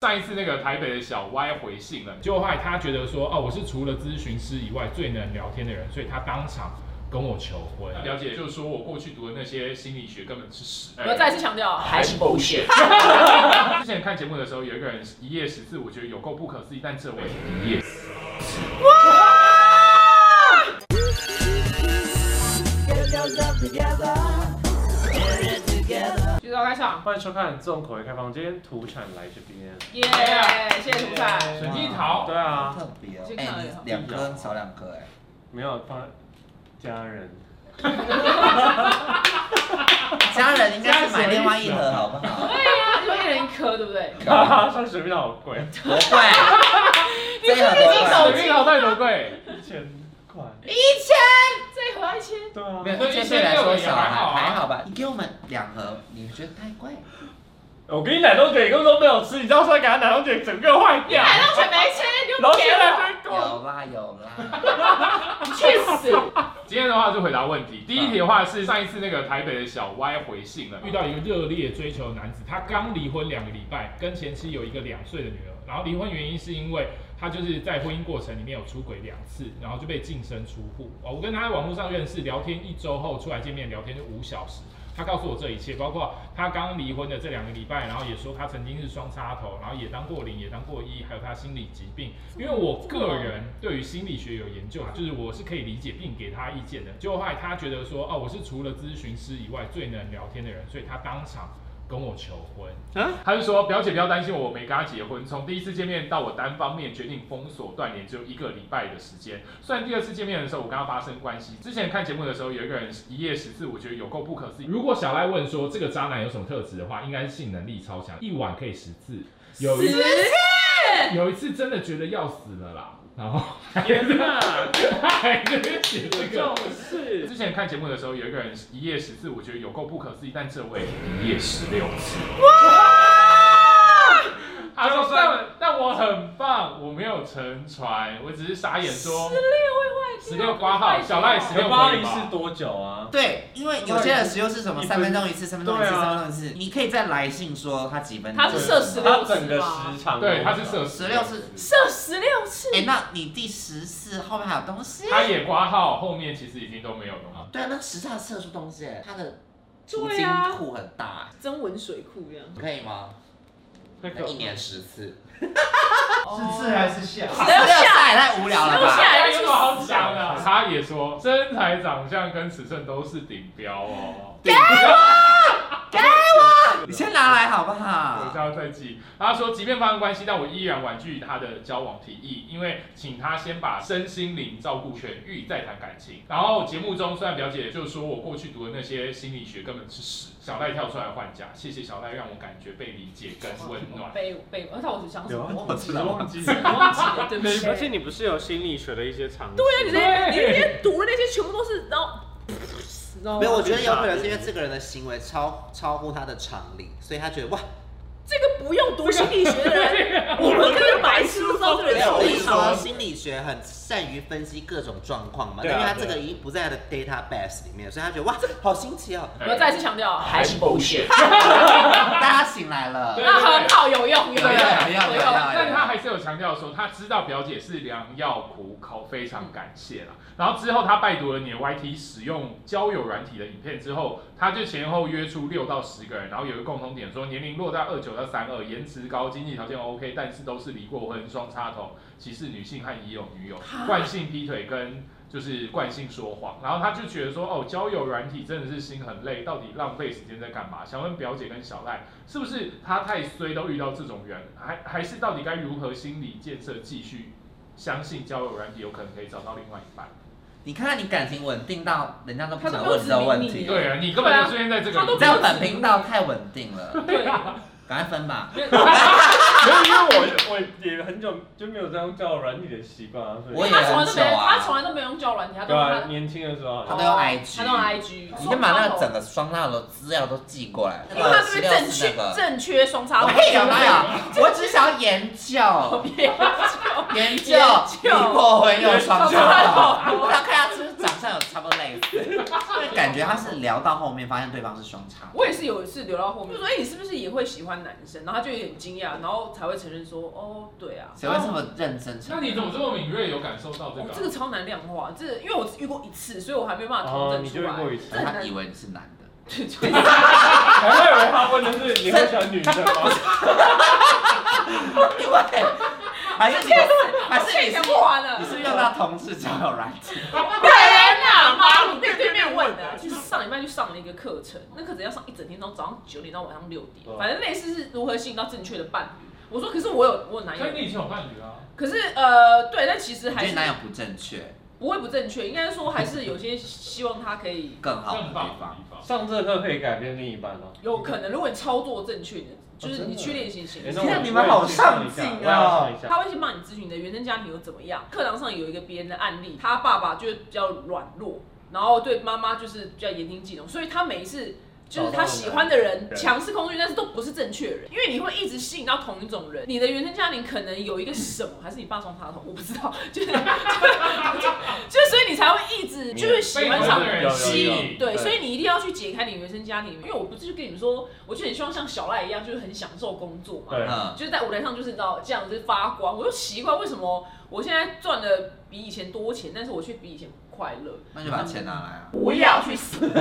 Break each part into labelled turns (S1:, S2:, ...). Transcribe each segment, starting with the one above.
S1: 上一次那个台北的小歪回信了，结果后来他觉得说，哦，我是除了咨询师以外最能聊天的人，所以他当场跟我求婚。了解，就是说我过去读的那些心理学根本是屎。
S2: 我再次强调，还是 bullshit。
S1: 之前看节目的时候，有一个人一夜十次，我觉得有够不可思议，但这位一夜十次。
S2: 就是要开场，
S3: 欢迎收看《重口味开房间》，土产来这边。
S2: 耶！谢谢土菜。
S1: 水晶桃
S3: 对啊，
S4: 特别哦
S2: 去，
S4: 哎、
S2: 看了以后
S4: 你两颗少两颗哎，
S3: 没有帮家人。
S4: 家人应该是买另外一盒好不好？
S2: 对呀，就一人一颗，对不对？
S3: 哈哈， 上水蜜桃好贵，
S4: 不会，这一盒
S2: 手
S4: 多
S2: 机
S1: 水晶桃到底多贵？
S3: 一千块。
S2: 一千，这盒一千。
S3: 对
S4: 贵，
S3: 啊，
S4: 没有一千对来说小还还好吧？你给我们两盒，你觉得太贵？
S3: 我给你奶冻卷，你根本都没有吃，你知道现在给他奶冻卷整个坏 掉，
S2: 海浪全没吃，你就
S3: 然后
S2: 给
S3: 现在
S2: 我，
S3: 还给我。
S4: 有啦有啦，
S2: 你去死！
S1: 今天的话就回答问题。第一题的话是上一次那个台北的小歪回信了，遇到一个热烈追求的男子，他刚离婚两个礼拜，跟前妻有一个两岁的女儿。然后离婚原因是因为他就是在婚姻过程里面有出轨两次，然后就被净身出户。哦，我跟他在网络上认识，聊天一周后出来见面，聊天就五小时。他告诉我这一切，包括他刚离婚的这两个礼拜，然后也说他曾经是双插头，然后也当过零，也当过一，还有他心理疾病。因为我个人对于心理学有研究，啊就是我是可以理解并给他意见的。就后来他觉得说，哦，我是除了咨询师以外最能聊天的人，所以他当场跟我求婚。他就说：“表姐不要担心我，我没跟她结婚。从第一次见面到我单方面决定封锁断联，只有一个礼拜的时间。虽然第二次见面的时候我跟她发生关系，之前看节目的时候有一个人一夜十次，我觉得有够不可思议。如果小赖问说这个渣男有什么特质的话，应该是性能力超强，一晚可以十次。有一
S2: 十
S1: 有一次真的觉得要死了啦，然后
S3: 天哪，
S1: 还在那边写这
S3: 这
S1: 个
S3: 种。”事
S1: 之前看节目的时候，有一个人一夜十次，我觉得有够不可思议，但这位一夜十六次。哇！他说：“但但我很棒，我没有沉船，我只是傻眼说
S2: 十六
S1: 十
S2: 位
S1: 六
S2: 外
S1: 挂号小赖十
S3: 你
S1: 六
S3: 们巴黎是多久啊？
S4: 对，因为有些人使用是什么
S3: 一分
S4: 三分钟一次，三分钟一次，
S3: 对啊
S4: 三分钟一次，你可以再来信说他几分钟。
S2: 他是设十
S3: 它
S2: 六
S3: 整
S2: 次
S3: 个
S2: 吗
S3: 时？长多少啊
S1: 对，他是设
S4: 十六次
S2: 射十六次
S4: 哎、，那你第十次后面还有东西？
S1: 他也挂号，后面其实已经都没有了嘛。
S4: 对啊，那十次他射出东西耶，他的出
S2: 对
S4: 金
S2: 啊
S4: 库很大，
S2: 真文水库这样。
S4: 可以吗？
S3: 那
S4: 那
S3: 个
S4: 一年十次，
S2: 哦
S5: 是下？
S4: 十六次也太无聊了
S2: 十六下
S4: 吧？
S1: 有什么好讲的？他也说身材、长相跟尺寸都是顶标哦。
S4: 你先拿来好不
S1: 我
S4: 好？
S1: 叫他再记。他说，即便发生关系，但我依然婉拒他的交往提议，因为请他先把身心灵照顾痊愈，再谈感情。然后节目中虽然表姐就说我过去读的那些心理学根本是屎，小赖跳出来换假，谢谢小赖，让我感觉被理解跟温暖。
S2: 被被，而且我只想什
S3: 有
S2: 么
S3: 啊，
S2: 我
S3: 我
S2: 忘
S3: 只
S2: 记
S3: 是忘记了。
S2: 了，对不
S3: 对， 而且
S2: 起。
S3: 你不是有心理学的一些常识？对
S2: 你那些你那些读的那些全部都是，然后，你知道吗
S4: 没有，我觉得有可能是因为这个人的行为超超乎他的常理，所以他觉得哇，
S2: 这个不用读心理学的人，我们根本白痴都知道这个
S4: 没
S2: 人
S4: 有，啊我
S2: 超
S4: 跟你说，
S2: 常。
S4: 心理学很善于分析各种状况嘛，
S3: 对啊
S4: 因为他
S3: 对啊
S4: 这个已经不在他的 database 里面，所以他觉得哇，好新奇哦，
S2: 我再次强调，啊还是 bullshit，
S4: 大家醒来了
S1: 对，
S2: 那很好，有用，有用，
S4: 对啊有用有用
S1: 但他还是有强调说，他知道表姐是良药苦口，非常感谢啦。然后之后他拜读了你的 YT 使用交友软体的影片之后，他就前后约出六到十个人，然后有一个共同点说年龄落在二九到三二，颜值高，经济条件 OK，但是都是离过婚、双插头、歧视女性和已有女友、惯性劈腿跟。就是惯性说谎，然后他就觉得说，哦，交友软体真的是心很累，到底浪费时间在干嘛？想问表姐跟小赖，是不是他太衰都遇到这种人，还还是到底该如何心理建设，继续相信交友软体有可能可以找到另外一半？
S4: 你看看你感情稳定到人家都不
S2: 他
S4: 想
S2: 都没有
S4: 问这个问
S2: 指
S4: 题，
S2: 明
S1: 对啊，你根本就出现在这个
S2: 他都
S1: 里
S4: 你在
S1: 面，
S2: 不
S4: 本频道太稳定了，
S2: 对，
S4: 赶快分吧。
S3: 啊没有，因为我我也很久就没有这样叫软体的习惯啊，所以
S4: 我也
S2: 他从来都
S4: 很久
S2: 没，他
S4: 啊，
S2: 从来都没用交友软体，他都
S3: 对
S2: 他
S3: 啊，年轻的时候
S4: 他都用 IG
S2: 他都用 IG，
S4: 你先把那个整个双辣的资料都寄过来，
S2: 因为他
S4: 十
S2: 这
S4: 六
S2: 边正
S4: 是
S2: 缺
S4: 那个。
S2: 正缺双叉
S4: 我
S2: 头，
S4: 屁有哪有？啊我只想要研究研究 离过婚又双重，我想看他是不是长相有差不多类似，感觉他是聊到后面发现对方是双叉，
S2: 我也是有一次留到后面，就说：“哎、你是不是也会喜欢男生？”然后他就有点惊讶，然后才会承认说：“哦，对啊。
S4: 谁会这么认真？
S1: 那你怎么这么敏锐，有感受到这
S2: 哦
S1: 个啊？”
S2: 这个超难量化，这因为我只遇过一次，所以我还没办法统
S3: 哦，
S2: 整
S3: 你
S2: 出
S3: 就遇
S2: 来。
S3: 过一次，
S4: 他以为你是男的，
S2: 对对
S3: 还会以为他问的是你会喜欢女生吗？
S4: 因为还是你 还是你是
S2: 讲不完了
S4: 你是用到同志交友软件？
S2: 天哪，啊妈，你面对面问的啊。其实上礼拜去上了一个课程，那课程要上一整天，从早上九点到晚上六点，反正类似是如何吸引到正确的伴侣。我说，可是我有我有男友
S1: 所以，你以前有伴侣啊？
S2: 可是呃，对，但其实
S4: 你
S2: 还
S4: 觉得
S2: 是
S4: 男友不正确，
S2: 不会不正确，应该说还是有些希望他可以
S4: 更好的
S1: 更
S4: 地
S1: 棒的
S4: 方
S1: 地。方。
S3: 上这课可以改变另一半哦吗？
S2: 有可能，如果你操作正确，就是
S3: 真
S2: 你
S3: 的
S2: 去练习型
S3: 诶。
S4: 那
S3: 那
S4: 天
S3: 我
S4: 啊你们好上进
S2: 啊
S4: 哦
S3: 我要上一下。
S2: 他会去帮你咨询你的原生家庭又怎么样。课堂上有一个别人的案例，他爸爸就是比较软弱，然后对妈妈就是比较言听计从，所以他每一次就是他喜欢的人
S3: 人
S2: 强势控制欲，但是都不是正确人，因为你会一直吸引到同一种人。你的原生家庭可能有一个什么，还是你爸双插头，我不知道，就是就就所以你才会一直就是喜欢上
S1: 被同一个人
S3: 有有有
S2: 吸引，对，
S3: 对
S2: 所以你一定要去解开你原生家庭，因为我不是就跟你们说，我就很希望像小赖一样，就是很享受工作嘛，
S3: 对
S4: 嗯，
S2: 就是在舞台上就是你知道这样子发光，我就奇怪为什么我现在赚的比以前多钱，但是我却比以前不快乐。
S4: 那就把钱拿来啊。
S2: 不要去死！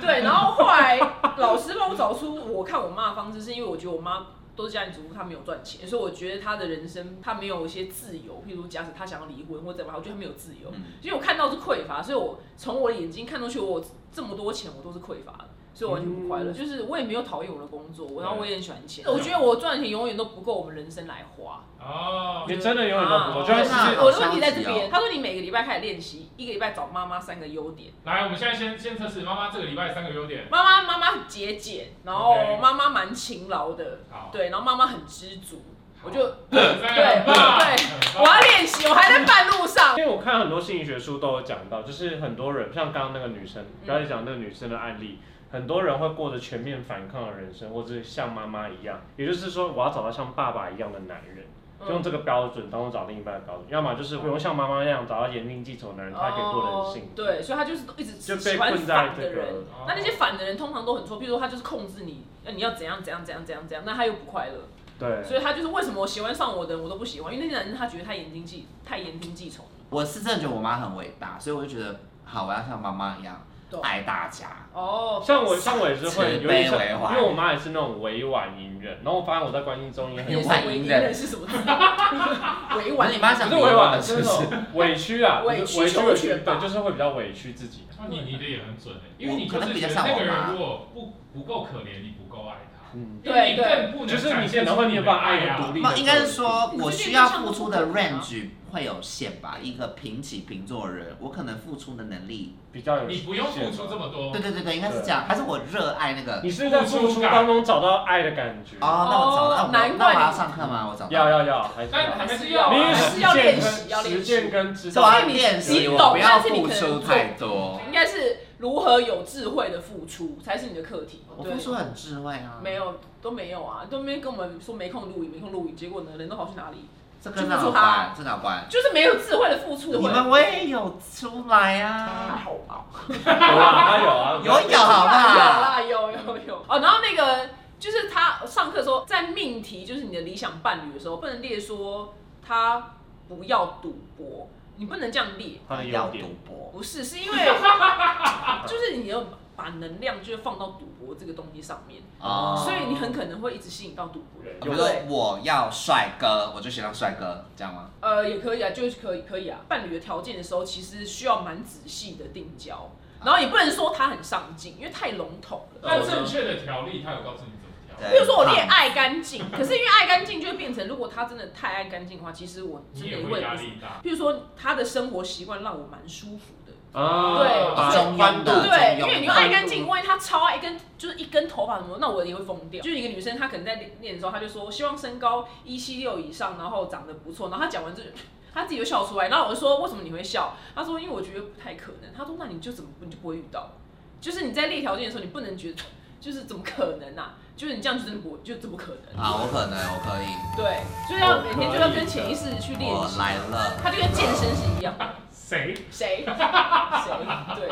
S2: 对，然后后来老师帮我找出我看我妈的方式，是因为我觉得我妈都是家庭主妇，她没有赚钱，所以我觉得她的人生她没有一些自由，譬如假使她想要离婚或怎么样，我觉得她没有自由。
S4: 嗯，
S2: 因为我看到是匮乏，所以我从我的眼睛看出去，我这么多钱我都是匮乏的，所以我完全不快乐。就是我也没有讨厌我的工作，我然后我也很喜欢钱，我觉得我赚的钱永远都不够我们人生来花。
S1: 哦，
S3: 你真的永远都不够，就算
S4: 算
S3: 是
S4: 啊
S2: 我的问题在这边。他说你每个礼拜开始练习，一个礼拜找妈妈三个优点。
S1: 来，我们现在先先测试妈妈这个礼拜三个优点。
S2: 妈妈妈妈很节俭，然后
S1: OK
S2: 妈妈蛮勤劳的，
S1: 好，
S2: 对，然后妈妈很知足。我就
S1: 对
S2: 对
S1: 对
S2: 对，我要练习，我还在半路上。
S3: 因为我看很多心理学书都有讲到，就是很多人像刚刚那个女生，刚才讲那个女生的案例，很多人会过着全面反抗的人生，或者是像妈妈一样，也就是说，我要找到像爸爸一样的男人，就
S2: 嗯
S3: 用这个标准当我找另一半的标准，要么就是我用像妈妈一样找到言听计从的人，他可以过得很幸福。
S2: 嗯哦对，所以他就是一直
S3: 就
S2: 喜
S3: 被
S2: 欢
S3: 困在
S2: 反
S3: 这
S2: 的
S3: 个
S2: 人。那那些反的人通常都很错，比如说他就是控制你，那你要怎样怎样怎样怎样怎样，那他又不快乐，
S3: 对，
S2: 所以他就是为什么我喜欢上我的人我都不喜欢，因为那些男人他觉得太言听计太言听计从了。
S4: 我是真的觉得我妈很伟大，所以我就觉得好，我要像妈妈一样
S2: 懂
S4: 爱大家。
S2: 哦，
S3: 像我像我也是会有点
S4: 慈悲为怀
S3: 像，因为我妈也是那种委婉隐忍，然后我发现我在关系中也很
S4: 你
S2: 也是
S4: 婉
S2: 委
S4: 言
S2: 婉是什么字？ 委
S4: 我
S2: 婉
S4: 你妈想
S3: 不
S4: 离
S3: 是委
S4: 我
S3: 婉，啊
S4: 们
S3: 就是是
S4: 不是？
S3: 那种委屈 啊，
S2: 委
S3: 委
S2: 屈
S3: 屈委
S2: 求
S3: 屈
S2: 全吧
S3: 对，就是会比较委屈自己。
S1: 那哦你你的也很准欸因为你
S4: 我
S1: 就
S4: 可能
S1: 是
S4: 比
S1: 觉
S4: 较
S1: 得
S4: 像
S1: 那
S4: 我
S1: 个人
S4: 妈
S1: 如果不不够可怜，你不够爱他，
S3: 嗯，
S1: 因为
S2: 对
S1: 你
S2: 对
S1: 更不能
S3: 就是
S1: 展
S3: 你
S1: 现
S3: 可
S1: 出
S3: 能会没有办法爱
S1: 你的啊
S3: 一个独立
S4: 那
S3: 的。
S4: 应该是说，我需要付出的
S2: 你最近对象都
S4: range 会有限吧。一个平起平坐的人，我可能付出的能力，
S3: 比较有，
S1: 你不用付出这。么多
S4: 对，对对对，应该是这样。还是我热爱那个
S3: 哦你是在付出当中找到爱的感觉。
S4: 哦，那我找
S2: 哦
S4: 到，那
S2: 难
S4: 我那
S2: 怪
S4: 我要
S2: 你
S4: 上课吗？我找
S3: 要
S4: 到，
S3: 要要，还是
S1: 但还
S3: 要。
S1: 没是要
S3: 你
S1: 啊，
S2: 还
S3: 实
S2: 是要练习要
S3: 践跟
S2: 练习
S3: 实践跟知
S4: 所以我
S3: 道。
S4: 要练习，
S2: 啊你
S4: 我
S2: 懂
S4: 不要
S2: 但是你
S4: 付
S2: 可能
S4: 出
S2: 做
S4: 太多。
S2: 应该是如何有智慧的付出才是你的课题。
S4: 我
S2: 对
S4: 付出很智慧啊，
S2: 没有都没有啊，都没跟我们说没空录影，没空录影，结果呢，人都跑去哪里？
S4: 这
S2: 就
S4: 跟
S2: 付
S4: 哪有
S2: 出它
S4: 关？这哪有关？
S2: 就是没有智慧的付出。
S4: 你们我也有出来啊，
S2: 好吧？
S3: 有啊，他有啊，
S4: 有有好吧？
S2: 有啦有有有哦，然后那个就是他上课的时候，在命题就是你的理想伴侣的时候，不能列说他不要赌博，你不能这样列。
S3: 他的
S4: 要
S3: 优点
S4: 赌。博，
S2: 不是，是 因为就是你要把能量就是放到赌博这个东西上面，
S4: 哦
S2: 所以你很可能会一直吸引到赌博人。
S4: 比如说
S2: 对，
S4: 我要帅哥，我就选到帅哥，这样吗？
S2: 呃，也可以啊，就是可以可以啊。伴侣的条件的时候，其实需要蛮仔细的定交，然后也不能说他很上进，因为太笼统了。
S1: 那正确的条例他有告诉你怎么调，
S2: 比
S4: 对
S2: 如说我恋爱干净，可是因为爱干净就会变成，如果他真的太爱干净的话，其实我
S1: 你
S2: 真
S1: 也
S2: 的
S1: 会
S2: 会
S1: 压。力大。
S2: 比如说他的生活习惯让我蛮舒服的，
S3: 啊，
S2: 对
S4: 中庸
S3: 嗯
S4: 的
S2: 对，因
S4: 中庸
S2: 为你
S4: 的
S2: 又爱干净，万一他超爱一根就是一根头发什么，那我也会疯掉。就是一个女生，她可能在练的时候，她就说希望身高一七六以上，然后长得不错，然后她 讲完这。她自己就笑出来，然后我就说为什么你会笑？她说因为我觉得不太可能。她说那你就怎么你就不会遇到？就是你在列条件的时候，你不能觉得 就是怎么可能啊？就是你这样就真的不就怎么可能？
S4: 啊，我可能，我可以，
S2: 对，就是要每天就要跟潜意识去练
S4: 我
S2: 习，
S4: 来了。
S2: 它就跟健身是一样的。
S1: 谁？
S2: 谁？谁？对，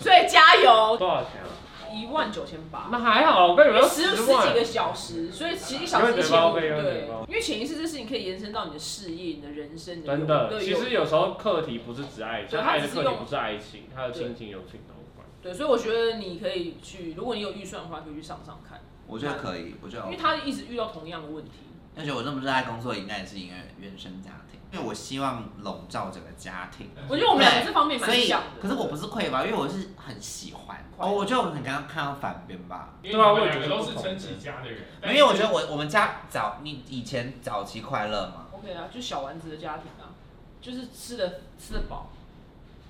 S2: 所以加油，
S3: 多少钱啊？
S2: 一万九千八。
S3: 那还好，我跟你们
S2: 有
S3: 说
S2: 哎十十
S3: 十
S2: 几
S3: 万
S2: 个。小时，所以其实一小时一千五，对，因为潜意识这事情可以延伸到你的事业、你的人生、你
S3: 真
S2: 有
S3: 的，
S2: 对
S3: 其实
S2: 有
S3: 有时候课题不是指爱
S2: 对啊
S3: 情，
S2: 它
S3: 爱的
S2: 只是
S3: 课题
S2: 用
S3: 不是爱情，它的亲情、友情都有关。
S2: 对，所以我觉得你可以去，如果你有预算的话，可以去上上看，
S4: 我觉得可以，我觉得
S2: 因为
S4: OK。
S2: 他一直遇到同样的问题。
S4: 而且我这么热爱工作，应该也是因为原生家庭，因为我希望笼罩整个家庭。
S2: 我觉得我们两个这方面蛮
S4: 所以
S2: 像，的。
S4: 可是我不是匮乏，因为我是很喜欢。
S2: 快
S4: 哦，
S2: 乐
S4: 我觉得我很刚刚看到反边吧，
S1: 因为
S3: 对啊
S1: 你们
S3: 我也
S1: 两个
S3: 觉得
S1: 都
S3: 不
S1: 是
S3: 同
S1: 撑
S3: 的
S1: 起家的人，
S4: 因为我觉得我我们家早，你以前早期快乐嘛，
S2: OK 啊，就小丸子的家庭啊，就是吃的吃的饱，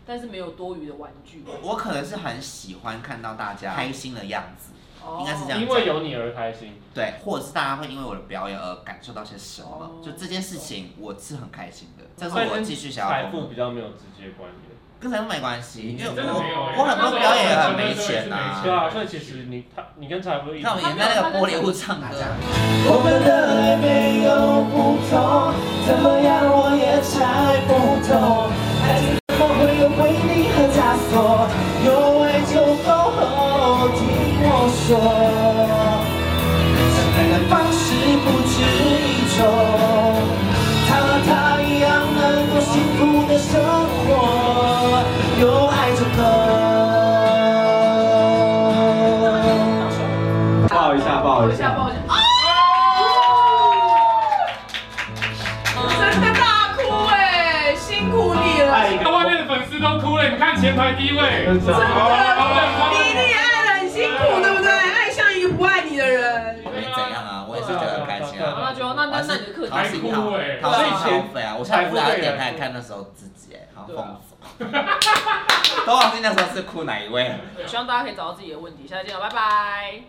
S2: 但是没有多余的玩具。
S4: 我我可能是很喜欢看到大家开心的样子，
S2: 哦
S4: 应该是这样
S3: 因为有你而开心。
S4: 对，或者是大家会因为我的表演而感受到些什么
S2: 哦，
S4: 就这件事情我是很开心的，这是
S3: 但
S4: 我
S3: 跟
S4: 继续想要
S3: 财
S4: 工
S3: 富
S4: 作，
S3: 比较没有直接关联。
S4: 跟财富没关系，因
S1: 真
S4: 为
S1: 的没有
S4: 我
S1: 欸
S4: 我很多表演也很没
S1: 那
S4: 钱
S1: 时候我真
S4: 呐、
S1: 的
S3: 对
S1: 是
S4: 啊，
S3: 啊，所以其实你他你跟财富一
S4: 你
S3: 起
S4: 看我们也在那个玻璃屋啊唱歌，
S6: 我们的爱没有不同，怎么样我也猜不透。爱情怎么会有维尼和枷锁？有爱就够后，听我说。相爱的方式不止一种，他和她一样能过幸福的生活，有爱就够。
S2: 抱一下，抱一下，抱一下。哦！真的大哭哎，辛苦你了，
S1: 那外面的粉丝都哭了，你看前排第一位，真
S3: 的
S2: 你你也爱的很辛苦，对不对？爱上一个不爱你的人。
S4: 我没怎样啊，我也是觉得很开心
S2: 好
S4: 啊。
S2: 那就那那那你的课题
S4: 好
S1: 还
S4: 像
S1: 哭
S4: 是好
S1: 欸
S4: 好像是消费啊！我现在不
S3: 财
S4: 了
S3: 富
S4: 点
S3: 对
S4: 开
S3: 啊
S4: 看那时候自己、欸，好疯子。
S2: 啊
S4: 都忘记那时候是哭哪一位了。
S2: 希望大家可以找到自己的问题。下次见了，拜拜。